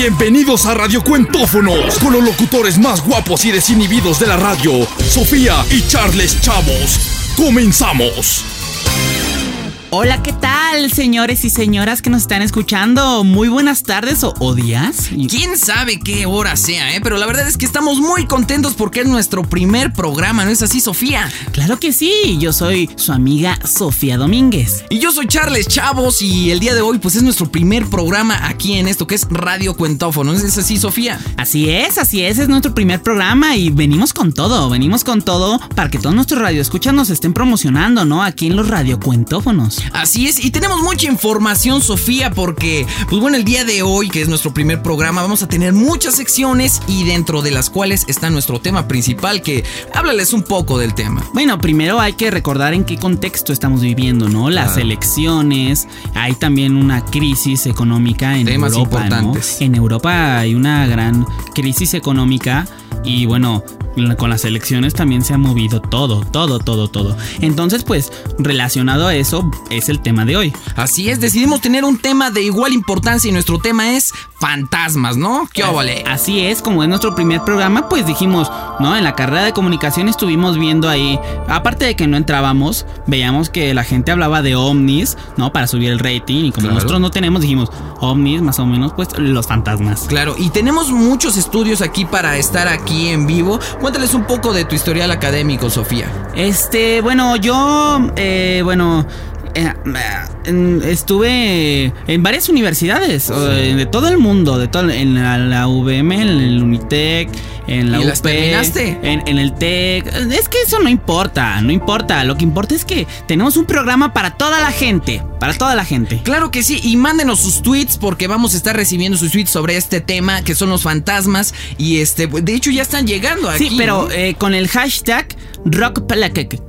Bienvenidos a Radio Cuentófonos, con los locutores más guapos y desinhibidos de la radio, Sofía y Charles Chavos. Comenzamos. Hola, ¿qué tal, señores y señoras que nos están escuchando? Muy buenas tardes o, o días. Quién sabe qué hora sea, ¿eh? Pero la verdad es que estamos muy contentos porque es nuestro primer programa, ¿no es así, Sofía? Claro que sí, yo soy su amiga Sofía Domínguez. Y yo soy Charles Chavos y el día de hoy, pues es nuestro primer programa aquí en esto que es Radio Cuentófono, ¿no es así, Sofía? Así es, así es, es nuestro primer programa y venimos con todo, venimos con todo para que todos nuestros radioescuchas nos estén promocionando, ¿no? Aquí en los radiocuentófonos. Así es, y tenemos mucha información, Sofía, porque, pues bueno, el día de hoy, que es nuestro primer programa, vamos a tener muchas secciones y dentro de las cuales está nuestro tema principal, que háblales un poco del tema. Bueno, primero hay que recordar en qué contexto estamos viviendo, ¿no? Las Claro. elecciones, hay también una crisis económica en Temas Europa, ¿no? importantes. En Europa hay una gran crisis económica y bueno, con las elecciones también se ha movido todo, todo, todo, todo. Entonces, pues, relacionado a eso es el tema de hoy. Así es, decidimos tener un tema de igual importancia y nuestro tema es fantasmas, ¿no? ¡Qué óvole! Así es, como es nuestro primer programa, pues dijimos, ¿no? En la carrera de comunicación estuvimos viendo ahí, aparte de que no entrábamos, veíamos que la gente hablaba de ovnis, ¿no? Para subir el rating y como Claro. nosotros no tenemos, dijimos, ovnis más o menos, pues los fantasmas. Claro, y tenemos muchos estudios aquí para estar aquí en vivo. Cuéntales un poco de tu historial académico, Sofía. Este, bueno, yo, eh, bueno... eh, eh, Estuve en varias universidades eh, de todo el mundo, de todo, en la, la UVM, en el Unitec, en la ¿Y las UP, terminaste? En, en el TEC. Es que eso no importa, no importa. Lo que importa es que tenemos un programa para toda la gente. Para toda la gente. Claro que sí, y mándenos sus tweets porque vamos a estar recibiendo sus tweets sobre este tema que son los fantasmas y este, de hecho ya están llegando aquí. Sí, pero ¿no? eh, con el hashtag RockPlaquec.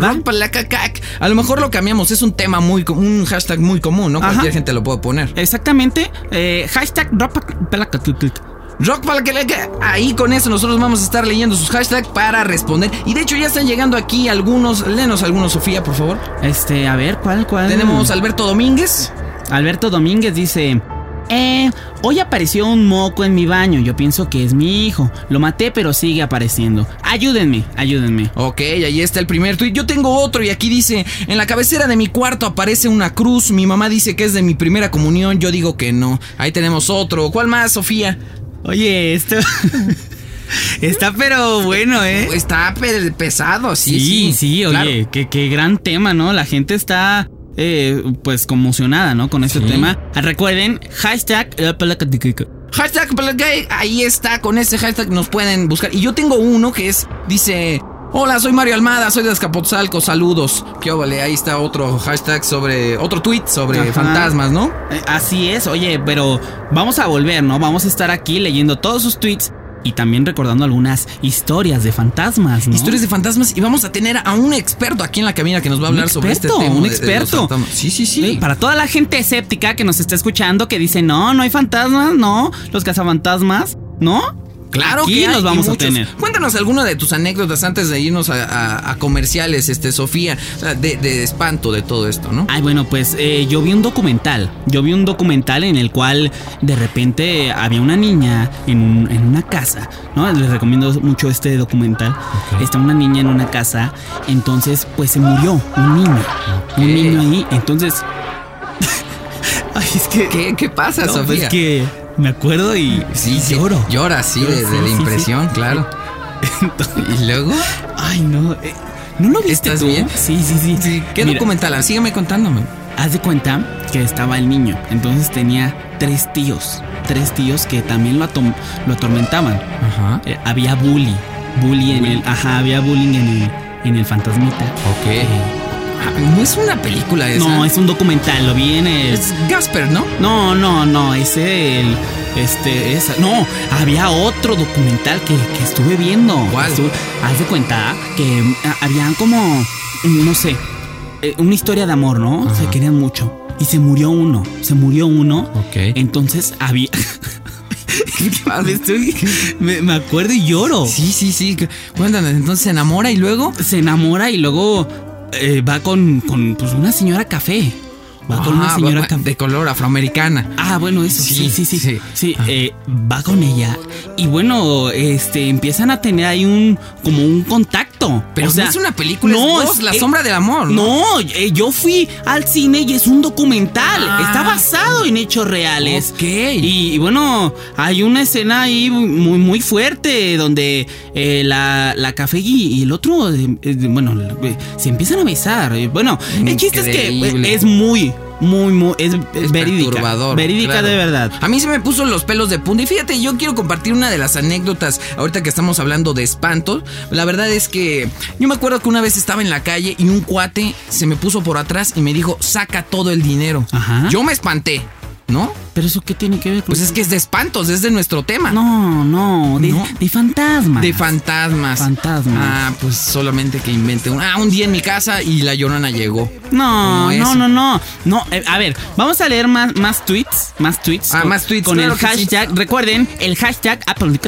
¿va? Rock pa' la cacac. A lo mejor lo cambiamos, es un tema muy, co- un hashtag muy común, ¿no? Ajá. Cualquier gente lo puede poner. Exactamente. eh, hashtag RockPlaquec. Rock para que le que- Ahí con eso nosotros vamos a estar leyendo sus hashtags para responder. Y de hecho ya están llegando aquí algunos. Léenos algunos, Sofía, por favor. Este, a ver, ¿cuál, cuál? Tenemos a Alberto Domínguez. Alberto Domínguez dice... Eh, hoy apareció un moco en mi baño. Yo pienso que es mi hijo. Lo maté, pero sigue apareciendo. Ayúdenme, ayúdenme. Ok, ahí está el primer tuit. Yo tengo otro y aquí dice, en la cabecera de mi cuarto aparece una cruz, mi mamá dice que es de mi primera comunión, yo digo que no. Ahí tenemos otro. ¿Cuál más, Sofía? Oye, esto está pero bueno, ¿eh? Pues Está pe- pesado, sí. Sí, sí, claro. oye, qué, qué gran tema, ¿no? La gente está eh, pues conmocionada, ¿no? Con este tema. Ah, Recuerden, hashtag... eh, Hashtag Black Guy, ahí está, con ese hashtag nos pueden buscar. Y yo tengo uno que es, dice, hola, soy Mario Almada, soy de Azcapotzalco, saludos. Qué óvale, ahí está otro hashtag sobre, otro tweet sobre Ajá. fantasmas, ¿no? Eh, Así es, oye, pero vamos a volver, ¿no? Vamos a estar aquí leyendo todos sus tweets y también recordando algunas historias de fantasmas, ¿no? Historias de fantasmas y vamos a tener a un experto aquí en la cabina que nos va a Un hablar sobre este experto, tema. un de- de los experto. fantasmas. sí, sí, sí. Eh, Para toda la gente escéptica que nos está escuchando, que dice, no, no hay fantasmas, no, los cazafantasmas, ¿no? Claro Aquí que hay, los y vamos a muchos. tener. Cuéntanos alguna de tus anécdotas antes de irnos a, a- a comerciales, este Sofía, o sea, de, de espanto de todo esto, ¿no? Ay, bueno, pues eh, yo vi un documental. Yo vi un documental en el cual de repente había una niña en, un- en una casa, ¿no? Les recomiendo mucho este documental. Está una niña en una casa, entonces pues se murió un niño. Un Ok. niño ahí, entonces... Ay, es que... ¿Qué, qué pasa, No, pues Sofía? que me acuerdo y, Sí, y sí, lloro. Llora, sí, de, Sí, de sí, la sí. impresión, claro. ¿Y luego? Ay, no. eh, ¿No lo viste ¿Estás tú? bien? Sí, sí, sí. Sí, ¿Qué Mira, documental? Ah, Sígueme contándome. Haz de cuenta que estaba el niño, entonces tenía tres tíos, tres tíos que también lo, atom- lo atormentaban. Ajá. Eh, había bully, bully en el, ajá, había bullying en el, en el fantasmita. Ok. Ah, No es una película esa. No, es un documental, lo vi en el... Es Gasper, ¿no? No, no, no, ese el, este, esa, no, había otro documental que, que estuve viendo. ¿Cuál? Estuve- haz de cuenta que mm, a- habían como, mm, no sé, eh, una historia de amor, ¿no? Se querían mucho. Y se murió uno, se murió uno. Ok. Entonces había... me, estoy- me- me acuerdo y lloro. Sí, sí, sí. Cuéntanos, entonces se enamora y luego. Se enamora y luego eh, va con, con pues, una señora café. Va con una Ah, señora va- cam- de color afroamericana. Ah, bueno, eso, sí, sí, sí. Sí, Ah. eh, va con ella. Y bueno, este, empiezan a tener ahí un, como un contacto. Pero O sea, no es una película, es, Ghost, La eh, Sombra del Amor. No, eh, yo fui al cine y es un documental. Ah. Está basado en hechos reales. Ok. Y, y bueno, hay una escena ahí muy, muy fuerte donde eh, la, la café y, y el otro, eh, eh, bueno, eh, se empiezan a besar. Eh, Bueno, el chiste es que Increíble. eh, es muy, muy, muy, es, Es verídica. perturbador, verídica claro. de verdad. A mí se me puso los pelos de punta. Y fíjate, yo quiero compartir una de las anécdotas. Ahorita que estamos hablando de espantos. La verdad es que yo me acuerdo que una vez estaba en la calle y un cuate se me puso por atrás y me dijo, saca todo el dinero. Ajá. Yo me espanté, ¿no? Pero eso qué tiene que ver con Pues es que es de espantos, es de nuestro tema. No, no, de, No. de fantasma. De fantasmas. Fantasmas. Ah, pues solamente que invente un. Ah, un día en mi casa y la llorona llegó. No, no, Como eso. no, no. No, eh, a ver, vamos a leer más, más tweets. Más tweets. Ah, con- más tweets, Con claro el que sí. hashtag. Recuerden, el hashtag ah, Apple.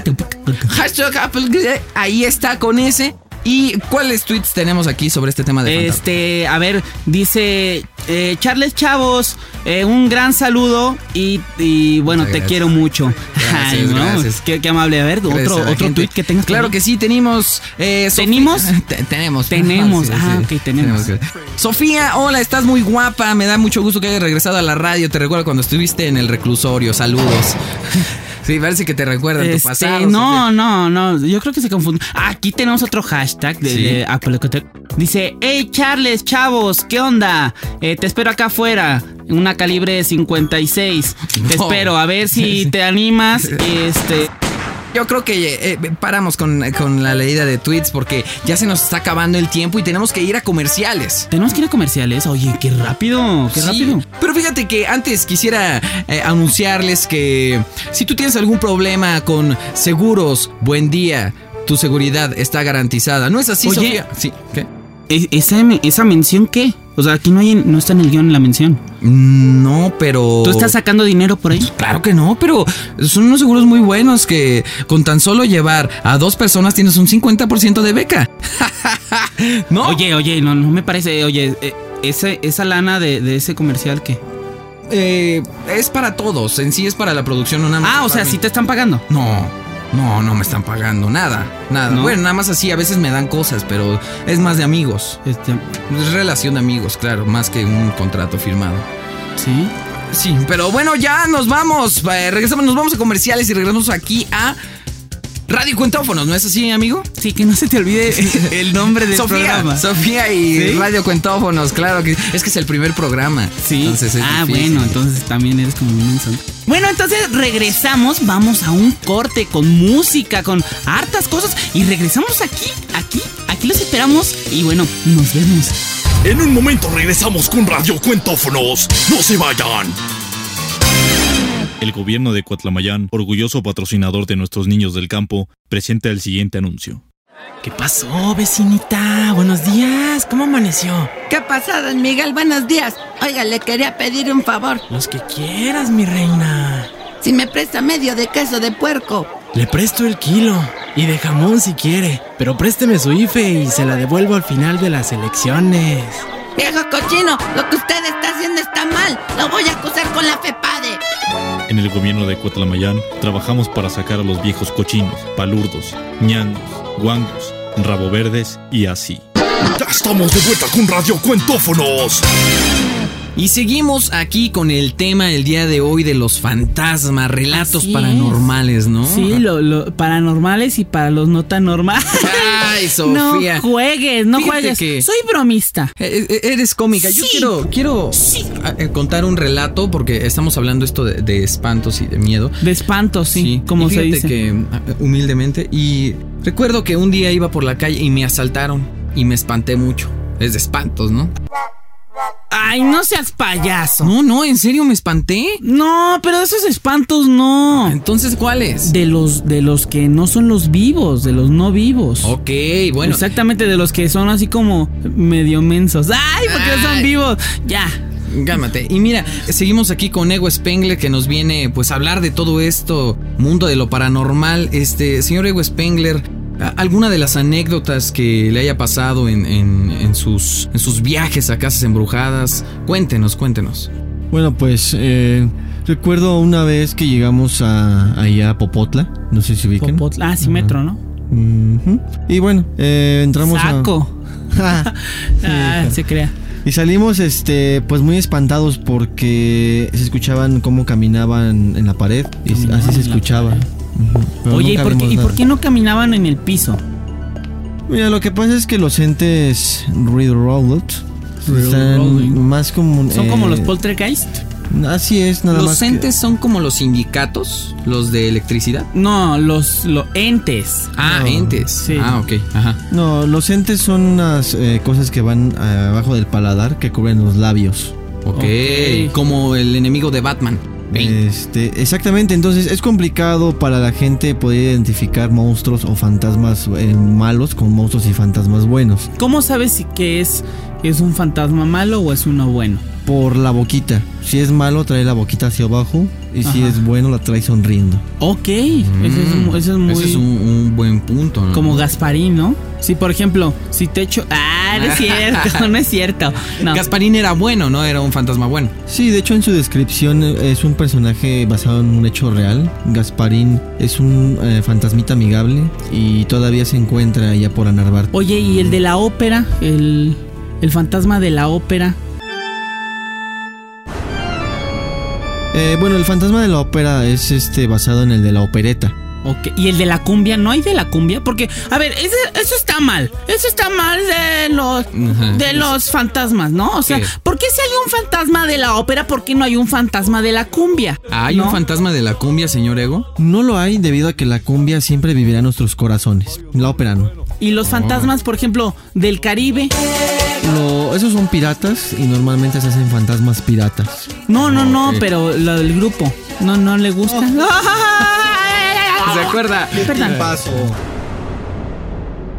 Hashtag Apple, ahí está con ese. ¿Y cuáles tweets tenemos aquí sobre este tema de fantasmas? Este, a ver, dice eh, Charles Chavos, eh, un gran saludo y, y, bueno, Muchas te gracias. quiero mucho. Gracias, Ay, no, gracias. Qué, qué amable. A ver, Gracias otro, a la otro gente. tweet que tengas. Claro que sí, tenemos. eh, Sofía- ¿Tenimos? Te- tenemos. Tenemos, Sí, ah, sí, ok, tenemos. Sofía, hola, estás muy guapa. Me da mucho gusto que hayas regresado a la radio. Te recuerdo cuando estuviste en el reclusorio. Saludos. Sí, parece que te recuerdan tu Este, pasado. no, no, no. Yo creo que se confunde. Aquí tenemos otro hashtag de, Sí. de Apolocotec. Dice, hey Charles, chavos, ¿qué onda? Eh, te espero acá afuera. Una calibre 56. Te No. espero, a ver si te animas. Este. Yo creo que eh, eh, paramos con, con la leída de tweets porque ya se nos está acabando el tiempo y tenemos que ir a comerciales. Tenemos que ir a comerciales. Oye, qué rápido, qué Sí, rápido. Pero fíjate que antes quisiera eh, anunciarles que si tú tienes algún problema con seguros, buen día. Tu seguridad está garantizada. ¿No es así, Oye. Sofía? Sí. ¿Qué? E- ¿Esa, men- ¿Esa mención qué? O sea, aquí no, hay, no está en el guión la mención. Mm, No, pero. ¿Tú estás sacando dinero por ahí? Claro que no, pero son unos seguros muy buenos que con tan solo llevar a dos personas tienes un 50% de beca. ¿No? Oye, oye, no, no me parece. Oye, eh, ese- esa lana de, de ese comercial que... Eh, es para todos. En sí es para la producción, no nada más. Ah, o para sea, mí. sí te están pagando. No, no, no me están pagando nada, nada. ¿No? Bueno, nada más así, a veces me dan cosas, pero es más de amigos. Este, Es relación de amigos, claro, más que un contrato firmado. sí. Sí, pero bueno, ya nos vamos. eh, regresamos, nos vamos a comerciales y regresamos aquí a Radio Cuentófonos, ¿no es así, amigo? Sí, que no se te olvide el nombre del Sofía, programa. Sofía y ¿Sí? Radio Cuentófonos, claro que es que es el primer programa. Sí. entonces es ah, difícil. bueno, entonces también eres como un menso. Bueno, entonces regresamos, vamos a un corte con música, con hartas cosas y regresamos aquí, aquí, aquí los esperamos y bueno, nos vemos. En un momento regresamos con Radio Cuentófonos. No se vayan. El gobierno de Coatlamayán, orgulloso patrocinador de nuestros niños del campo, presenta el siguiente anuncio. ¿Qué pasó, vecinita? Buenos días, ¿cómo amaneció? ¿Qué pasa, don Miguel? Buenos días. Oiga, le quería pedir un favor. Los que quieras, mi reina. Si me presta medio de queso de puerco. Le presto el kilo y de jamón si quiere, pero présteme su IFE y se la devuelvo al final de las elecciones. Viejo cochino, lo que usted está haciendo está mal. Lo voy a acusar con la FEPADE. En el gobierno de Coatlamayán trabajamos para sacar a los viejos cochinos, palurdos, ñangos, guangos, rabo verdes y así. Ya estamos de vuelta con Radio Cuentófonos. Y seguimos aquí con el tema el día de hoy de los fantasmas, relatos Así es. paranormales, ¿no? Sí, lo, lo- paranormales y para los no tan normales. Ay, Ah, Sofía. No juegues, no Fíjate juegues. que- Soy bromista. E- e- Eres cómica. Yo Sí. quiero, quiero Sí. a- eh, contar un relato porque estamos hablando esto de, de espantos y de miedo. De espanto, sí, como Y se fíjate dice. que mm, humildemente y recuerdo que un día iba por la calle y me asaltaron y me espanté mucho. Es de espantos, ¿no? Ay, no seas payaso. No, no, en serio me espanté. No, pero esos espantos no. Entonces, ¿cuál es? De los, de los que no son los vivos, de los no vivos. Ok, bueno. Exactamente, de los que son así como medio mensos. ¡Ay, porque no son Ay. vivos! Ya. Cálmate. Y mira, seguimos aquí con Ego Spengler que nos viene pues a hablar de todo esto, mundo de lo paranormal. Este, señor Ego Spengler, a- alguna de las anécdotas que le haya pasado en, en- en sus, en sus viajes a casas embrujadas. Cuéntenos, cuéntenos. Bueno, pues eh, recuerdo una vez que llegamos a, allá a Popotla, no sé si ubican. Popotla. Ah, sí, Ajá. metro, ¿no? Ujú. Y bueno, eh, entramos a- Saco. Sí, ah, claro. se crea. Y salimos este pues muy espantados porque se escuchaban cómo caminaban en la pared y Caminaban así se en la escuchaba. pared. Ujú. Pero Oye, ¿y nunca por, qué, vimos ¿y por nada. qué no caminaban en el piso? Mira, lo que pasa es que los entes Read Robots Rolling. están más como ¿Son eh, como los poltergeist? Así es, nada más. ¿Los que- entes son como los sindicatos? ¿Los de electricidad? No, los lo, entes. Ah, No, entes. sí. Ah, ok. Ajá. No, los entes son unas eh, cosas que van eh, abajo del paladar que cubren los labios. ok. Como el enemigo de Batman. Bane. Este, exactamente, entonces es complicado para la gente poder identificar monstruos o fantasmas eh, malos con monstruos y fantasmas buenos ¿Cómo sabes si que es, es un fantasma malo o es uno bueno? por la boquita. Si es malo trae la boquita hacia abajo y si Ajá. es bueno la trae sonriendo. Ok, ese, es, mu- ese es Mm, muy... ese es un, un buen punto. ¿no? Como Gasparín, ¿no? Sí, por ejemplo, si te echo... Ah, no es cierto, no es cierto. No. Gasparín era bueno, ¿no? Era un fantasma bueno. Sí, de hecho en su descripción eh, es un personaje basado en un hecho real. Gasparín es un eh, fantasmita amigable y todavía se encuentra allá por Anarbar. Oye, ¿y el de la ópera? El, el fantasma de la ópera. Eh, bueno, el fantasma de la ópera es este basado en el de la opereta. Ok, ¿Y el de la cumbia? ¿No hay de la cumbia? Porque, a ver, ese- eso está mal. Eso está mal de los... Ajá. De los fantasmas, ¿no? O sea, ¿Qué? ¿por qué si hay un fantasma de la ópera, por qué no hay un fantasma de la cumbia? ¿Hay ¿No? un fantasma de la cumbia, señor Ego? No lo hay debido a que la cumbia siempre vivirá en nuestros corazones. La ópera no. Y los Oh. fantasmas, por ejemplo, del Caribe. Lo- esos son piratas y normalmente se hacen fantasmas piratas. No, no, no, Ok. pero lo del grupo. No, no le gusta. ¿Se acuerda? Perdón.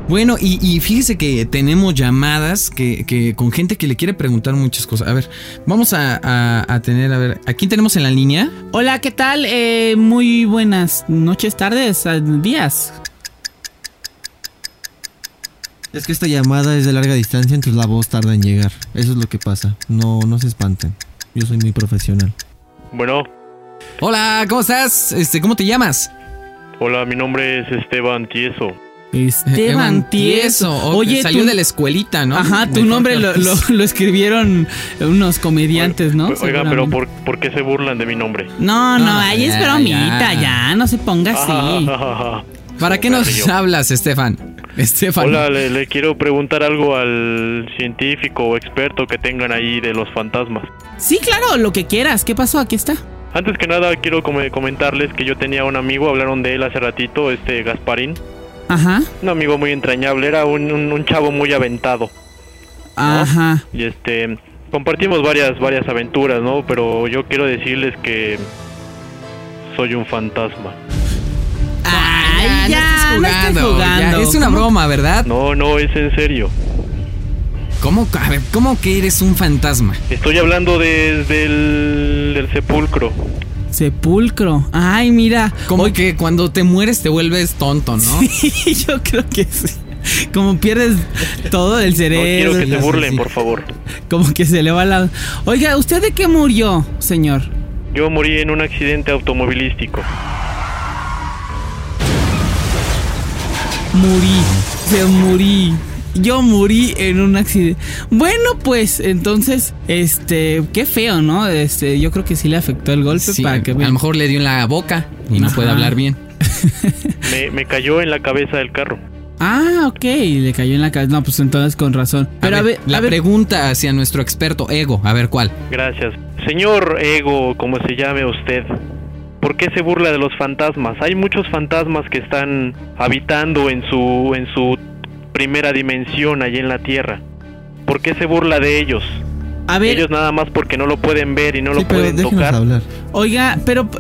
Bueno, y, y fíjese que tenemos llamadas que, que con gente que le quiere preguntar muchas cosas. A ver, vamos a, a- a tener, a ver, ¿a quién tenemos en la línea? Hola, ¿qué tal? Eh, muy buenas noches, tardes, eh, días. Es que esta llamada es de larga distancia, entonces la voz tarda en llegar. Eso es lo que pasa. No, no se espanten. Yo soy muy profesional. Bueno, Hola, ¿cómo estás? Este, ¿cómo te llamas? hola, mi nombre es Esteban Tieso. Esteban Tieso. Oye, salió tu- de la escuelita, ¿no? Ajá, tu nombre lo, lo- lo escribieron unos comediantes, ¿no? Oigan, pero Seguramente. ¿por, por qué se burlan de mi nombre? No, no, No, ahí es ya, bromita, ya. ya. no se ponga así. Ah, ¿Para qué nos hablas, Estefan? Estefan. Hola, le, le quiero preguntar algo al científico o experto que tengan ahí de los fantasmas. Sí, claro, lo que quieras. ¿Qué pasó? Aquí está. Antes que nada, quiero come- comentarles que yo tenía un amigo, hablaron de él hace ratito, este Gasparín. Ajá, Un amigo muy entrañable, era un, un- un chavo muy aventado. ajá. Y este, compartimos varias, varias aventuras, ¿no? Pero yo quiero decirles que soy un fantasma. Ay, ya, no no estés estés Ah, ya. jugando. es una ¿Cómo? broma, ¿verdad? No, no, es en serio. ¿Cómo, a ver, ¿cómo que eres un fantasma? Estoy hablando desde el del sepulcro. Sepulcro. Ay, mira. Como que cuando te mueres te vuelves tonto, ¿no? Sí, yo creo que sí. Como pierdes todo el No cerebro. quiero que se las- burlen, por favor. Como que se le va la. Oiga, ¿usted de qué murió, señor? Yo morí en un accidente automovilístico. Murí. Se murí. Yo morí en un accidente. Bueno, pues entonces, este, qué feo, ¿no? Este, yo creo que sí le afectó el golpe Sí, para que a vea. lo mejor le dio en la boca y no Ajá. puede hablar bien. Me, me cayó en la cabeza del carro. Ah, ok, le cayó en la cabeza. No, pues entonces con razón. Pero a ver, la a ver, pregunta hacia nuestro experto ego, a ver cuál. Gracias. Señor Ego, como se llame usted, ¿por qué se burla de los fantasmas? Hay muchos fantasmas que están habitando en su en su primera dimensión allí en la Tierra. ¿Por qué se burla de ellos? a ver, Ellos nada más porque no lo pueden ver y no Sí, lo pero pueden déjenos tocar. hablar. Oiga, pero p-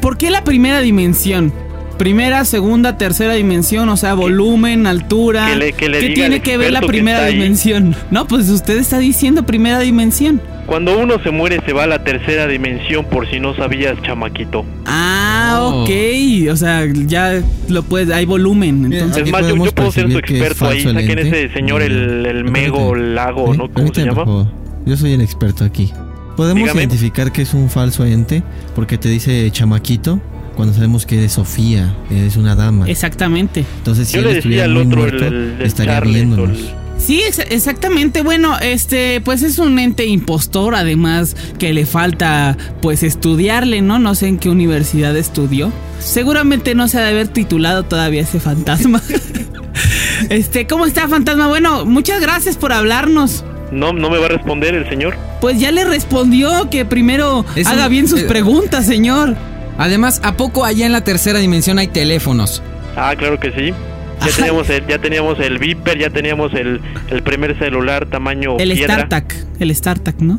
¿por qué la primera dimensión? Primera, segunda, tercera dimensión, o sea, volumen, altura. que le- que le ¿Qué diga tiene al que ver la experto que primera está ahí? dimensión? No, pues usted está diciendo primera dimensión. Cuando uno se muere se va a la tercera dimensión por si no sabías, chamaquito. Ah, Oh. ok. sí, o sea, ya lo puedes, hay volumen. Mira, Entonces, Aquí Es más, yo- yo, Ah, podemos puedo ser su percibir que es experto ahí. falso el Saquen ente. ese señor, el, el mego, Permíteme. lago, Eh, ¿no? ¿Cómo se permíteme, llama? por favor. Yo soy el experto aquí. Podemos Dígame. identificar que es un falso ente porque te dice chamaquito cuando sabemos que eres Sofía, eres una dama. Exactamente. Entonces, si Yo él le decía estuviera al muy otro, muerto, el, el, el estaría Charles, o riéndonos. el- Sí, ex- exactamente. Bueno, este, pues es un ente impostor, además que le falta, pues, estudiarle, ¿no? No sé en qué universidad estudió. Seguramente no se ha de haber titulado todavía ese fantasma. este, ¿cómo está, fantasma? Bueno, muchas gracias por hablarnos. No, no me va a responder el señor. Pues ya le respondió que primero Es haga un- bien sus eh, preguntas, señor. Además, ¿a poco allá en la tercera dimensión hay teléfonos? Ah, claro que sí. Ya teníamos el, ya teníamos el Viper, ya teníamos el, el primer celular tamaño El piedra. StarTac, el StarTac, ¿no?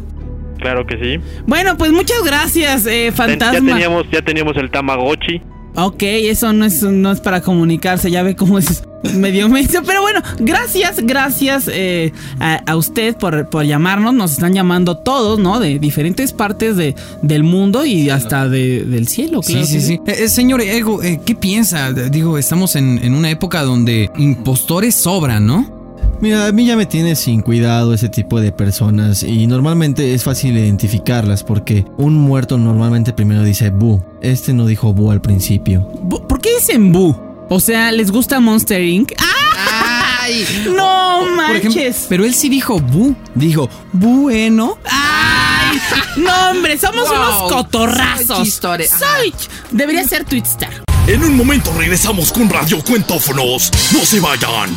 Claro que sí. Bueno, pues muchas gracias, eh, Ten- fantasma. Ya teníamos, ya teníamos el Tamagotchi. Ok, eso no es, no es para comunicarse, ya ve cómo es medio menso. Pero bueno, gracias, gracias eh, a, a usted por, por llamarnos. Nos están llamando todos, ¿no? De diferentes partes de, del mundo y hasta de- del cielo, claro. Sí, sí, que sí. Eh, eh, señor Ego, eh, ¿qué piensa? D- Digo, estamos en, en una época donde impostores sobran, ¿no? Mira, a mí ya me tiene sin cuidado ese tipo de personas y normalmente es fácil identificarlas porque un muerto normalmente primero dice bu. Este no dijo bu al principio. Bu- ¿Por qué dicen Boo? O sea, ¿les gusta Monster Inc? ¡Ah! ¡Ay! ¡No Por ejemplo, manches! pero él sí dijo bu. Dijo, bueno. ¡Ay! ¡No, hombre! ¡Somos Wow. unos cotorrazos! Soy chistore- Ajá. Soy ch- Debería ser Twitstar. En un momento regresamos con Radio Cuentófonos. No se vayan.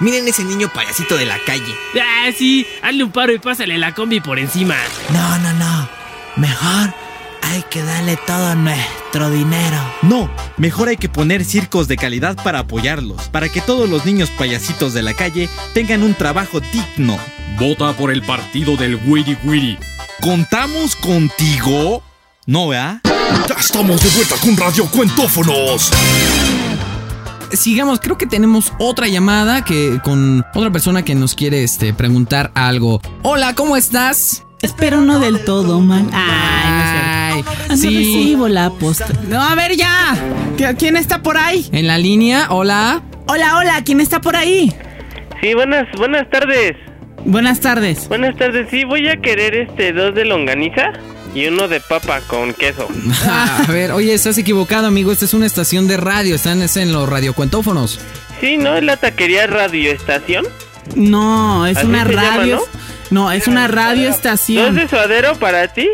Miren ese niño payasito de la calle. Ah, sí, hazle un paro y pásale la combi por encima. No, no, no. Mejor hay que darle todo nuestro dinero. No, mejor hay que poner circos de calidad para apoyarlos, para que todos los niños payasitos de la calle tengan un trabajo digno. Vota por el partido del Wiri Wiri. ¿Contamos contigo? No, ¿verdad? Ya estamos de vuelta con Radio Cuentófonos. Ah, Sigamos, creo que tenemos otra llamada que con otra persona que nos quiere este, preguntar algo. Hola, ¿cómo estás? Espero no del todo, man. Ay, no es cierto. Ah, Ay, no sí. recibo la posta. No, a ver ya. ¿Qui- ¿Quién está por ahí? En la línea, hola. Hola, hola, ¿quién está por ahí? Sí, buenas, buenas tardes. Buenas tardes. Buenas tardes. Sí, voy a querer este dos de longaniza y uno de papa con queso. A ver, oye, estás equivocado, amigo. Esta es una estación de radio. Están es en los radiocuentófonos. Sí, ¿no? Es la taquería radioestación. No, es ¿Así una se llama, radio. ¿no? es una radioestación. ¿Dos de suadero para ti?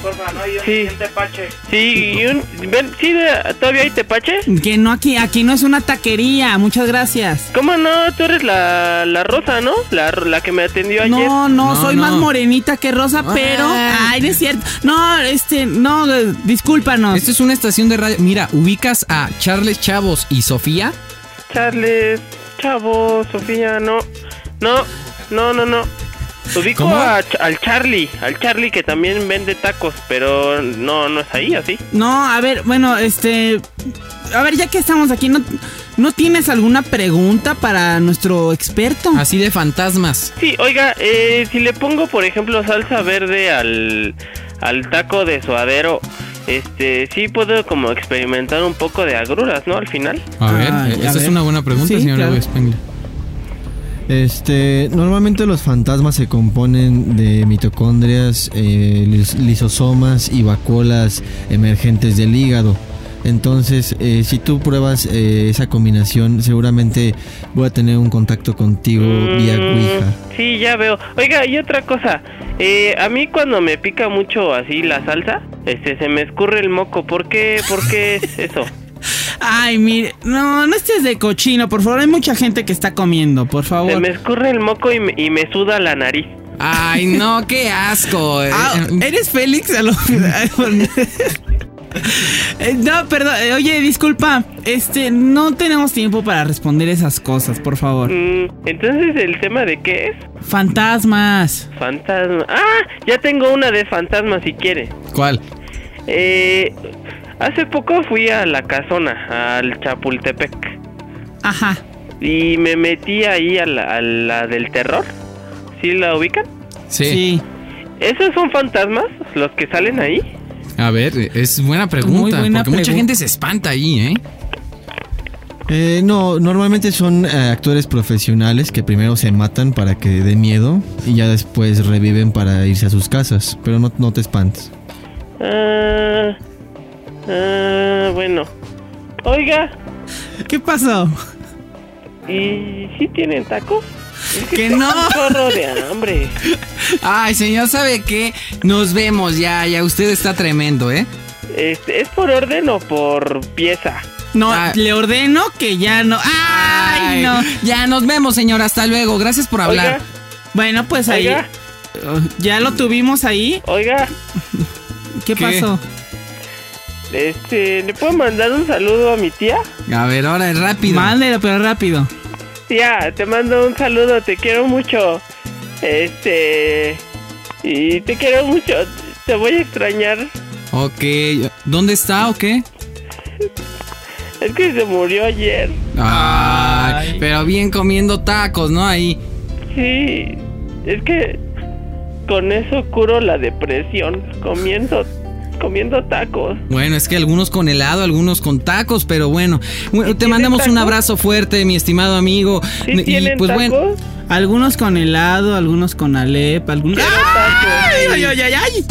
Sí, porfa, no, y un tepache. Sí, y un... ven, sí, de- ¿todavía hay tepache? Que no aquí, aquí no es una taquería. Muchas gracias. ¿Cómo no? Tú eres la, la rosa, ¿no? La, la que me atendió ayer. No, no, No, soy no. más morenita que rosa, pero. Ay, no es cierto. No, este, no, eh, discúlpanos. Esta es una estación de radio. Mira, ubicas a Charles Chavos y Sofía. Charles, Chavo, Sofía, no. No, no, no, no. Ubico ¿Cómo? a Ch- al Charlie, al Charlie que también vende tacos, pero no, no es ahí, así. No, a ver, bueno, este. A ver, ya que estamos aquí, ¿no, ¿no tienes alguna pregunta para nuestro experto? Así de fantasmas. Sí, oiga, eh, si le pongo, por ejemplo, salsa verde al, al taco de suadero, este, sí puedo como experimentar un poco de agruras, ¿no? Al final. A ver, Ay, eh, a esa es ver. una buena pregunta, Sí, señor claro. Spengler. Este, normalmente los fantasmas se componen de mitocondrias, eh, lis- lisosomas y vacuolas emergentes del hígado. Entonces, eh, si tú pruebas eh, esa combinación, seguramente voy a tener un contacto contigo vía Mm, Ouija. Sí, ya veo. Oiga, y otra cosa. eh, a mí cuando me pica mucho así la salsa, este, se me escurre el moco. ¿Por qué? ¿Por qué es eso? Ay, mire, no, no estés de cochino, por favor. Hay mucha gente que está comiendo, por Se favor. me escurre el moco y me, y me suda la nariz. Ay, no, qué asco. eh. Ah, ¿eres Félix? A lo- Eh, No, perdón, eh, oye, disculpa, este, no tenemos tiempo para responder esas cosas, por favor. Mm, entonces, ¿el tema de qué es? Fantasmas. Fantasma. Ah, ya tengo una de fantasma si quiere. ¿Cuál? Eh, hace poco fui a la casona, al Chapultepec. Ajá. Y me metí ahí a la, a la del terror. ¿Sí la ubican? Sí. Sí. ¿Esos son fantasmas los que salen ahí? A ver, es buena pregunta. Muy buena porque mucha pregun- gente se espanta ahí, ¿eh? Eh, no, normalmente son eh, actores profesionales que primero se matan para que dé miedo y ya después reviven para irse a sus casas, pero no, no te espantes. Ah, ah, bueno. Oiga, ¿Qué pasó? ¿y si tienen tacos? Es Que tengo no. Un chorro de hambre. Ay, señor, ¿sabe qué? Nos vemos ya, ya. Usted está tremendo, ¿eh? Este, ¿Es por orden o por pieza? No, le ordeno que ya no. Ah. ¡Ay, no! Ya nos vemos, señor. Hasta luego. Gracias por hablar. Oiga. Bueno, pues ahí. uh, Oiga. Ya lo tuvimos ahí. Oiga. ¿Qué, ¿Qué? pasó? Este, ¿le puedo mandar un saludo a mi tía? A ver, ahora es rápido. Mándelo, pero rápido. Tía, te mando un saludo, te quiero mucho. Este, y te quiero mucho. Te voy a extrañar. Ok. ¿Dónde está o qué? Es que se murió ayer. Ay, pero bien comiendo tacos, ¿no? Ahí. Sí, es que con eso curo la depresión, comiendo, comiendo tacos. Bueno, es que algunos con helado, algunos con tacos, pero bueno. Bueno, te mandamos un abrazo fuerte, mi estimado amigo. pues N- Algunos con helado, algunos con alep, algunos. ¡Ay, ay, ay, ay, ay!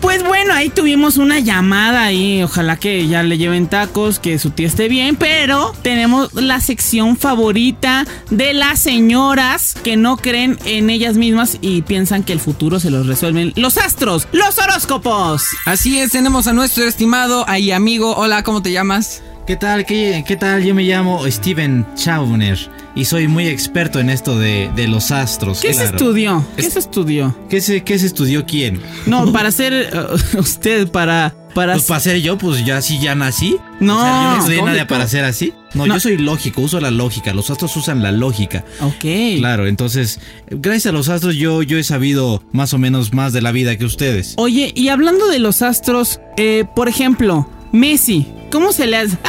Pues bueno, ahí tuvimos una llamada ahí. Ojalá que ya le lleven tacos, que su tía esté bien. Pero tenemos la sección favorita de las señoras que no creen en ellas mismas y piensan que el futuro se los resuelven los astros, los horóscopos. Así es, tenemos a nuestro estimado ahí amigo. Hola, ¿cómo te llamas? ¿Qué tal? ¿Qué, qué tal? Yo me llamo Steven Chauner y soy muy experto en esto de, de los astros. ¿Qué se claro. estudió? ¿Qué se estudió? ¿Qué se, qué se estudió quién? No, para ser eh, usted, para... para Pues para ser yo, pues ya así ya nací. No, O sea, yo no estudié ¿cómo? nada para ser así. No, No. yo soy lógico, uso la lógica. Los astros usan la lógica. Ok. Claro, entonces, gracias a los astros yo, yo he sabido más o menos más de la vida que ustedes. Oye, y hablando de los astros, eh, por ejemplo, Messi, ¿cómo se le hace? ¡Ay,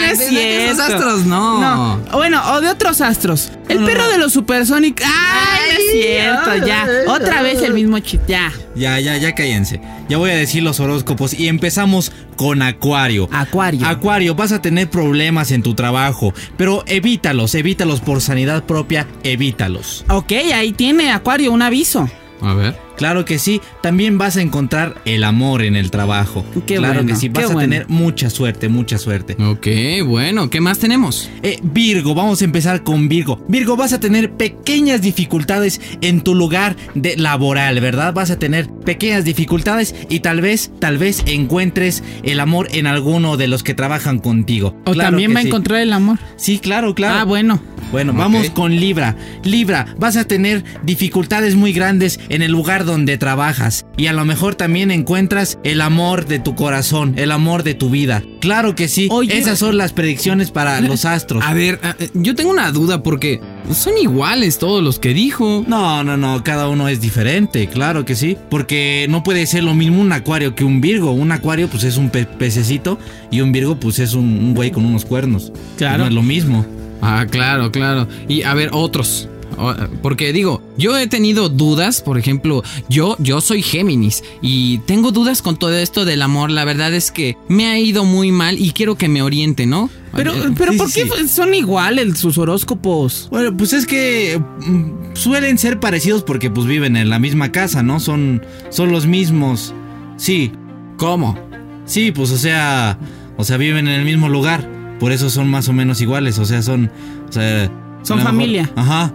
no es de- de- de cierto! esos astros, no. Bueno, o de otros astros. El perro de los Supersonic. ¡Ay, no es cierto! ya. Otra vez el mismo chiste. Ya. Ya, ya, ya cállense. Ya voy a decir los horóscopos y empezamos con Acuario. Acuario. Acuario, vas a tener problemas en tu trabajo, pero evítalos, evítalos por sanidad propia, evítalos. Ok, ahí tiene Acuario un aviso. A ver. Claro que sí, también vas a encontrar el amor en el trabajo. Qué claro bueno, que sí, vas qué a bueno. tener mucha suerte, mucha suerte. Ok, bueno, ¿qué más tenemos? Eh, Virgo, vamos a empezar con Virgo. Virgo, vas a tener pequeñas dificultades en tu lugar de laboral, ¿verdad? Vas a tener pequeñas dificultades y tal vez, tal vez encuentres el amor en alguno de los que trabajan contigo. O Claro también que va a sí. encontrar el amor. Sí, claro, claro. Ah, bueno. Bueno, vamos con Libra. Libra, vas a tener dificultades muy grandes en el lugar donde trabajas. Y a lo mejor también encuentras el amor de tu corazón, el amor de tu vida. Claro que sí. Esas son las predicciones para los astros. A ver, a- eh, yo tengo una duda porque son iguales todos los que dijo. No, no, no, cada uno es diferente, claro que sí. Porque no puede ser lo mismo un acuario que un virgo. Un acuario pues es un pe- pececito y un virgo pues es un, un güey con unos cuernos. Claro. No es lo mismo. Ah, claro, claro. Y a ver, otros. O- eh, Porque digo, yo he tenido dudas, por ejemplo, yo, yo soy Géminis y tengo dudas con todo esto del amor. La verdad es que me ha ido muy mal y quiero que me oriente, ¿no? Pero, Eh, pero ¿por qué son iguales sus horóscopos? Bueno, pues es que mm, suelen ser parecidos porque pues viven en la misma casa, ¿no? Son, son los mismos. Sí. ¿Cómo? Sí, pues o sea, o sea, viven en el mismo lugar. Por eso son más o menos iguales, o sea, son... o sea, Son a lo mejor- familia. Ajá.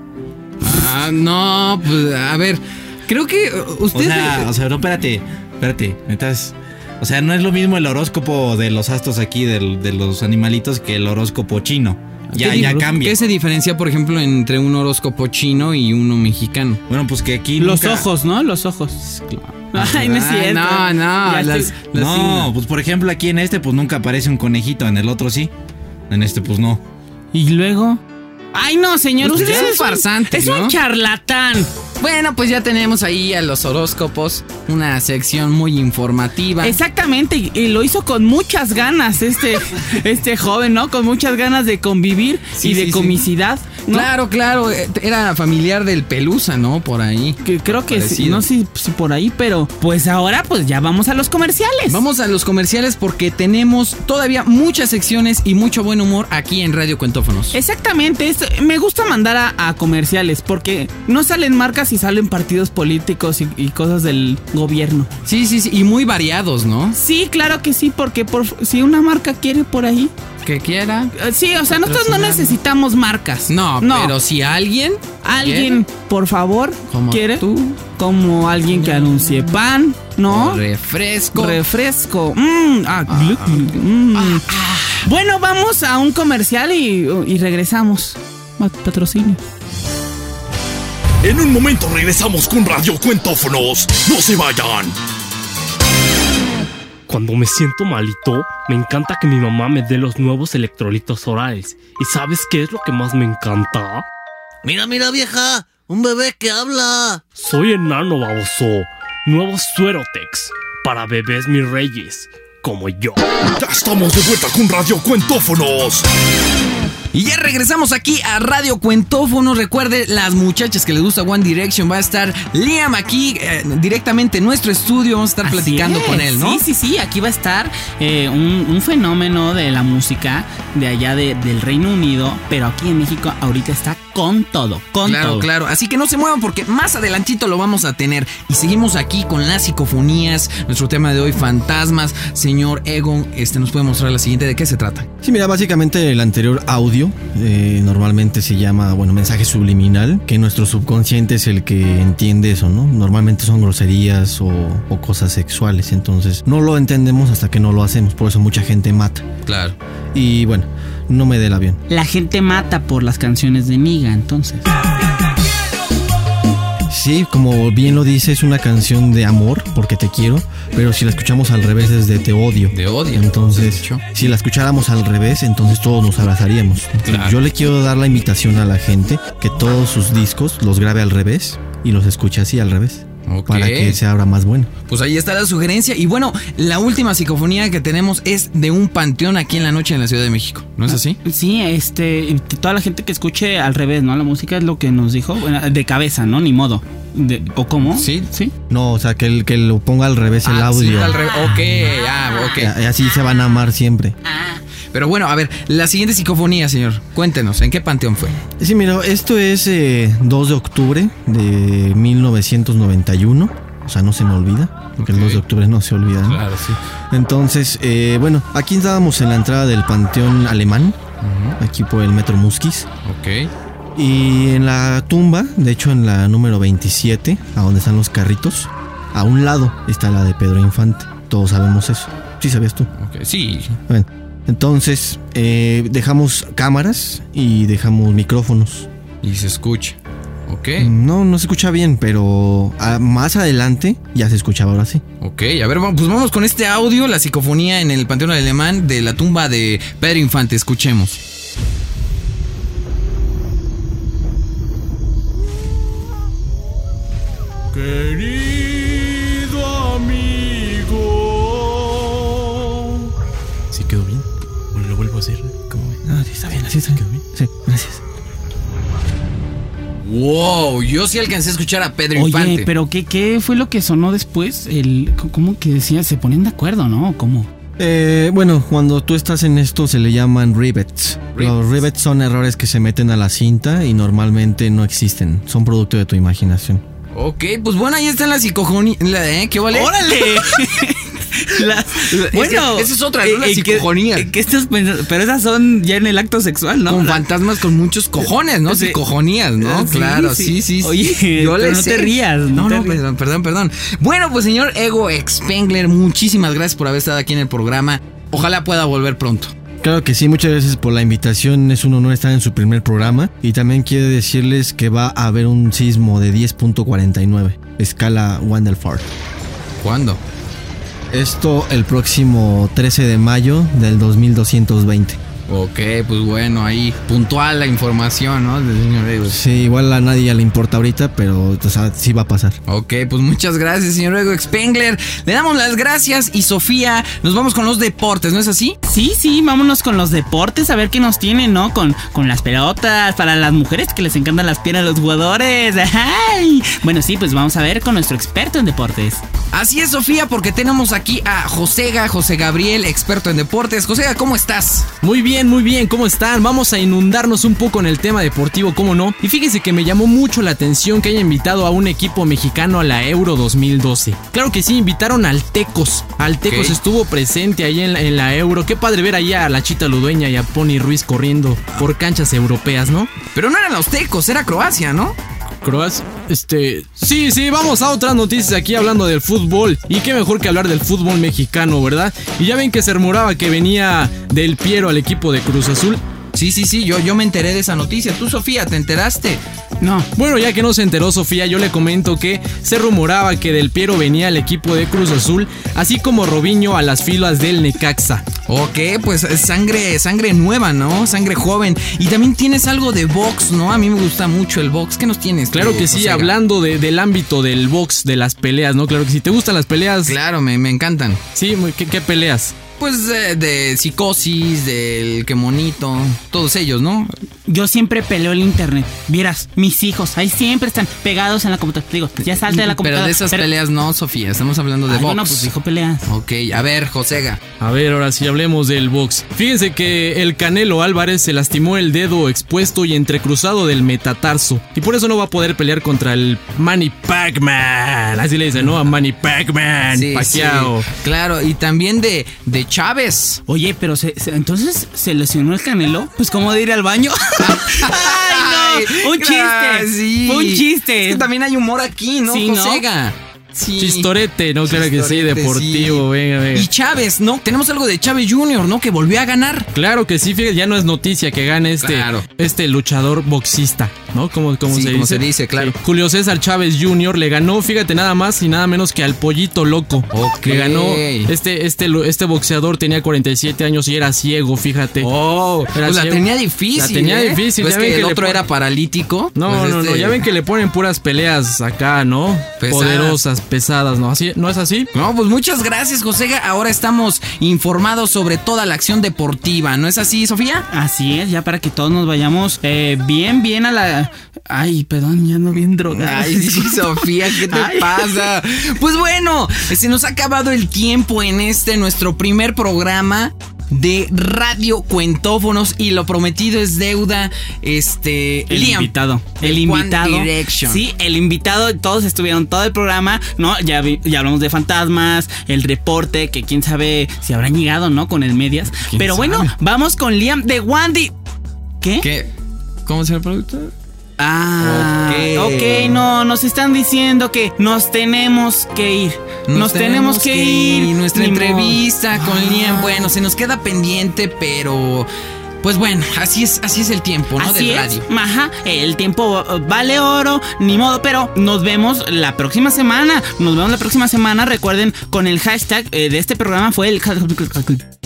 Ah, no, pues a ver, creo que eh, usted... O sea, o sea, no, espérate, espérate, metas. O sea, no es lo mismo el horóscopo de los astros aquí, del- de, los animalitos, que el horóscopo chino. Ya, ¿Qué ya di- cambia. ¿Qué se diferencia, por ejemplo, entre un horóscopo chino y uno mexicano? Bueno, pues que aquí Los nunca- ojos, ¿no? Los ojos. Ay, no es Ah, cierto. no, no, Ya las- estoy- no, pues por ejemplo aquí en este pues nunca aparece un conejito, en el otro sí. En este pues no. Y luego... Ay, no, señor, Usted usted, es un es un farsante, Es ¿no? un charlatán. Bueno, pues ya tenemos ahí a los horóscopos, una sección muy informativa. Exactamente, y- y lo hizo con muchas ganas este, este joven, ¿no? Con muchas ganas de convivir Sí, y de sí, sí. comicidad. ¿no? Claro, claro, eh, era familiar del Pelusa, ¿no? Por ahí. Que creo que sí, no sé si por ahí, pero pues ahora pues ya vamos a los comerciales. Vamos a los comerciales porque tenemos todavía muchas secciones y mucho buen humor aquí en Radio Eh. Cuentófonos. Exactamente, es- me gusta mandar a, a comerciales porque no salen marcas y salen partidos políticos y, y cosas del gobierno. Sí, sí, sí, y muy variados, ¿no? Sí, claro que sí, porque por, si una marca quiere por ahí. Que quiera. eh, Sí, o sea, nosotros no Patrocinar. necesitamos marcas. No, No. pero si alguien. Alguien, por favor, Como quiere como alguien que anuncie pan, ¿no? Refresco. Refresco. Mm, ah, gluc, gluc, mm. Ah, Bueno, vamos a un comercial y, y regresamos. Pat- Patrocinio. En un momento regresamos con Radio Cuentófonos. No se vayan. Cuando me siento malito, me encanta que mi mamá me dé los nuevos electrolitos orales. ¿Y sabes qué es lo que más me encanta? Mira, mira, vieja. Un bebé que habla. Soy enano baboso. Nuevos Suerotex para bebés mis reyes, como yo. Ya estamos de vuelta con Radio Cuentófonos. Y ya regresamos aquí a Radio Cuentófono. Recuerde, las muchachas que les gusta One Direction, va a estar Liam aquí eh, directamente en nuestro estudio. Vamos a estar platicando Sí, con él, ¿no? Sí, sí, sí. Aquí va a estar eh, un, un fenómeno de la música de allá de- del Reino Unido, pero aquí en México ahorita está con todo, con claro, todo. claro. Así que no se muevan porque más adelantito lo vamos a tener. Y seguimos aquí con las psicofonías. Nuestro tema de hoy, fantasmas. Señor Egon, este nos puede mostrar la siguiente. ¿De qué se trata? Sí, mira, básicamente el anterior audio eh, normalmente se llama, bueno, mensaje subliminal, que nuestro subconsciente es el que entiende eso, ¿no? Normalmente son groserías o, o cosas sexuales, entonces no lo entendemos hasta que no lo hacemos, por eso mucha gente mata. Claro. Y bueno, no me dé el avión. La gente mata por las canciones de Niga, entonces. Sí, como bien lo dice, es una canción de amor, porque te quiero, pero si la escuchamos al revés es de te odio. De odio. Entonces, si la escucháramos al revés, entonces todos nos abrazaríamos. Claro. Yo le quiero dar la invitación a la gente que todos sus discos los grabe al revés y los escuche así al revés. Para que se abra más bueno. Pues ahí está la sugerencia. Y bueno, la última psicofonía que tenemos es de un panteón aquí en la noche en la Ciudad de México. ¿No Ah. es así? Sí, este, toda la gente que escuche al revés, ¿no? La música es lo que nos dijo, bueno, de cabeza, ¿no? Ni modo. De- ¿O cómo? Sí, sí. No, o sea, que, el, que lo ponga al revés el audio. Ah, Sí, al re- ok, ah, ok. Y así se van a amar siempre. Ah. Pero bueno, a ver, la siguiente psicofonía, señor. Cuéntenos, ¿en qué panteón fue? Sí, mira, esto es eh, 2 de octubre de 1991. O sea, no se me olvida. Porque el 2 de octubre no se Ah. olvida. ¿no? sí. Entonces, eh, bueno, aquí estábamos en la entrada del Panteón Alemán. Aquí por el Metro Muskis. Ok. Y en la tumba, de hecho en la número 27, a donde están los carritos, a un lado está la de Pedro Infante. Todos sabemos eso. Sí, sabías tú. sí. Bueno, entonces, eh, dejamos cámaras y dejamos micrófonos. Y se escucha. Ok. Mm. No, no se escucha bien, pero ah, más adelante ya se escuchaba ahora sí. Ok, a ver, va- pues vamos con este audio, la psicofonía en el panteón alemán de la tumba de Pedro Infante. Escuchemos. Querido amigo. Sí quedó bien. Lo vuelvo a hacer. ¿Cómo Ah, sí, está bien, así está bien. Sí, gracias. Wow, yo sí alcancé a escuchar a Pedro Infante. Oye, pero qué, ¿qué fue lo que sonó después? El, ¿Cómo que decía? ¿Se ponen de acuerdo, no? ¿Cómo? Eh, bueno, cuando tú estás en esto se le llaman rivets. Los rivets son errores que se meten a la cinta y normalmente no existen. Son producto de tu imaginación. Ok, pues bueno, ahí están las psicofonías. ¿eh? ¿Qué vale? ¡Órale! bueno, esa es otra, ¿no? La psicofonía. eh, ¿Qué estás pensando? Pero esas son ya en el acto sexual, ¿no? Con fantasmas con muchos cojones, ¿no? Sí. Psicojonías, ¿no? Ah, sí, claro, sí. sí, sí. sí. Oye, Yo pero le no te sé. rías, no No, te no, rías. perdón, perdón, perdón. Bueno, pues señor Ego Expengler, muchísimas gracias por haber estado aquí en el programa. Ojalá pueda volver pronto. Claro que sí, muchas gracias por la invitación. Es un honor estar en su primer programa. Y también quiero decirles que va a haber un sismo de 10.49, escala Wandelford. ¿Cuándo? Esto el próximo 13 de mayo del 2220. Ok, pues bueno, ahí puntual la información, ¿no? Del señor Ego. Sí, igual a nadie ya le importa ahorita, pero o sea, sí va a pasar. Ok, pues muchas gracias, señor Ego Spengler. Le damos las gracias y Sofía, nos vamos con los deportes, ¿no es así? Sí, sí, vámonos con los deportes a ver qué nos tienen, ¿no? Con, con las pelotas, para las mujeres que les encantan las piernas a los jugadores. ¡Ay! Bueno, sí, pues vamos a ver con nuestro experto en deportes. Así es, Sofía, porque tenemos aquí a Josega, José Gabriel, experto en deportes. Josega, ¿cómo estás? Muy bien, muy bien, ¿cómo están? Vamos a inundarnos un poco en el tema deportivo, ¿cómo no? Y fíjense que me llamó mucho la atención que haya invitado a un equipo mexicano a la Euro 2012. Claro que sí, invitaron al Tecos. Al Tecos Ok. estuvo presente ahí en la, en la Euro. Qué padre ver allá a la Chita Ludueña y a Pony Ruiz corriendo por canchas europeas, ¿no? Pero no eran los Tecos, era Croacia, ¿no? Croas, este. Sí, sí, vamos a otras noticias aquí hablando del fútbol. Y qué mejor que hablar del fútbol mexicano, ¿verdad? Y ya ven que se rumoraba que venía del Piero al equipo de Cruz Azul. Sí, sí, sí, yo, yo me enteré de esa noticia. Tú, Sofía, ¿te enteraste? No. Bueno, ya que no se enteró Sofía, yo le comento que se rumoraba que Del Piero venía al equipo de Cruz Azul, así como Robinho a las filas del Necaxa. Ok, pues es sangre, sangre nueva, ¿no? Sangre joven. Y también tienes algo de box, ¿no? A mí me gusta mucho el box. ¿Qué nos tienes? Claro que sí, hablando de- del ámbito del box, de las peleas, ¿no? Claro que si te gustan las peleas. Claro, me, me encantan. Sí, muy- ¿qué, qué peleas? Pues de, de psicosis, del que monito, todos ellos, ¿no? Yo siempre peleo el internet. Vieras, mis hijos ahí siempre están pegados en la computadora. Digo, ya salte de la Pero computadora. de esas peleas no, Sofía, estamos hablando de Ay, box. bueno, pues dijo peleas. Ok, a ver, Josega. A ver, ahora sí hablemos del box. Fíjense que el Canelo Álvarez se lastimó el dedo expuesto y entrecruzado del metatarso. Y por eso no va a poder pelear contra el Manny Pacman. Así le dicen, ¿no? A Manny Pacman. Sí, Pacquiao. sí, claro, y también de, de Chávez. Oye, pero se- se- entonces se lesionó el canelo. Pues, ¿cómo de ir al baño? ¡Ay, no! ¡Un claro, chiste! sí. Fue un chiste! Es que también hay humor aquí, ¿no, Sí, ¿no? Josega? Sí. Chistorete, ¿no? Claro que sí, Chistorete, deportivo. Venga, venga. Y Chávez, ¿no? Tenemos algo de Chávez Jr., ¿no? Que volvió a ganar. Claro que sí, fíjate, ya no es noticia que gane este, Claro. este luchador boxista, ¿no? Como, como, Sí, se, como dice? se dice, claro. Sí. Julio César Chávez Jr. le ganó, fíjate, nada más y nada menos que al pollito loco. Que ganó. Este, este, lo- este boxeador tenía 47 años y era ciego, fíjate. Oh, Pues la tenía difícil. La tenía ¿eh? difícil. Pues ya que ven el le otro pon- era paralítico. No, Pues no, no, este- ya ven que le ponen puras peleas acá, ¿no? Pesadas. Poderosas, pesadas, ¿no? Así, ¿no es así? No, pues muchas gracias, Josega. Ahora estamos informados sobre toda la acción deportiva, ¿no es así, Sofía? Así es, ya para que todos nos vayamos eh, bien, bien a la. Ay, perdón, ya no bien drogada. Ay, sí, Sofía, ¿qué te Ay. pasa? Pues bueno, se nos ha acabado el tiempo en este nuestro primer programa de Radio Cuentófonos y lo prometido es deuda. Este, El Liam, invitado. El de One invitado. Direction. Sí, el invitado. Todos estuvieron todo el programa, ¿no? Ya, vi- ya hablamos de fantasmas, el reporte, que quién sabe si habrán llegado, ¿no? Con el medias. ¿Quién Pero sabe? bueno, vamos con Liam de Wandy. ¿Qué? ¿Qué? ¿Cómo se llama el producto? Ah, ok, no, nos están diciendo que nos tenemos que ir. Nos, tenemos, que, ir. Nuestra Ni modo. Ah. entrevista con Liam, bueno, se nos queda pendiente, pero pues bueno, así es, así es el tiempo, ¿no? Así Del es, radio. maja, el tiempo eh, vale oro, ni modo, pero nos vemos la próxima semana. Nos vemos la próxima semana. Recuerden, con el hashtag eh, de este programa fue el...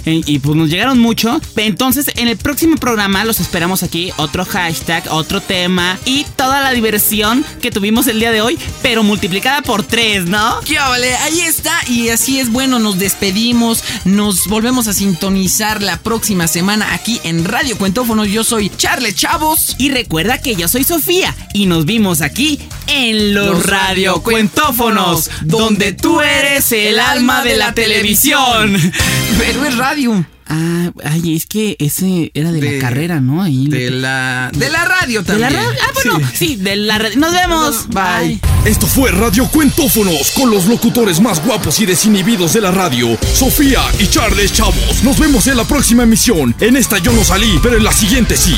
Eh, Y pues nos llegaron mucho. Entonces, en el próximo programa los esperamos aquí. Otro hashtag, otro tema y toda la diversión que tuvimos el día de hoy, pero multiplicada por tres, ¿no? ¿Qué vale? Ahí está. Y así es, bueno, nos despedimos. Nos volvemos a sintonizar la próxima semana aquí en Radio Cuentófonos. Yo soy Charles Chavos. Y recuerda que yo soy Sofía y nos vimos aquí en los, Los radiocuentófonos, donde tú eres el alma de la televisión. Pero es radio. Ah, ay, es que ese era de, la carrera, ¿no? Ahí de la de la radio de la también. ra- Ah, bueno, sí, de la radio. Nos vemos. Bye. Esto fue Radio Cuentófonos con los locutores más guapos y desinhibidos de la radio, Sofía y Charles Chavos. Nos vemos en la próxima emisión. En esta yo no salí, pero en la siguiente sí.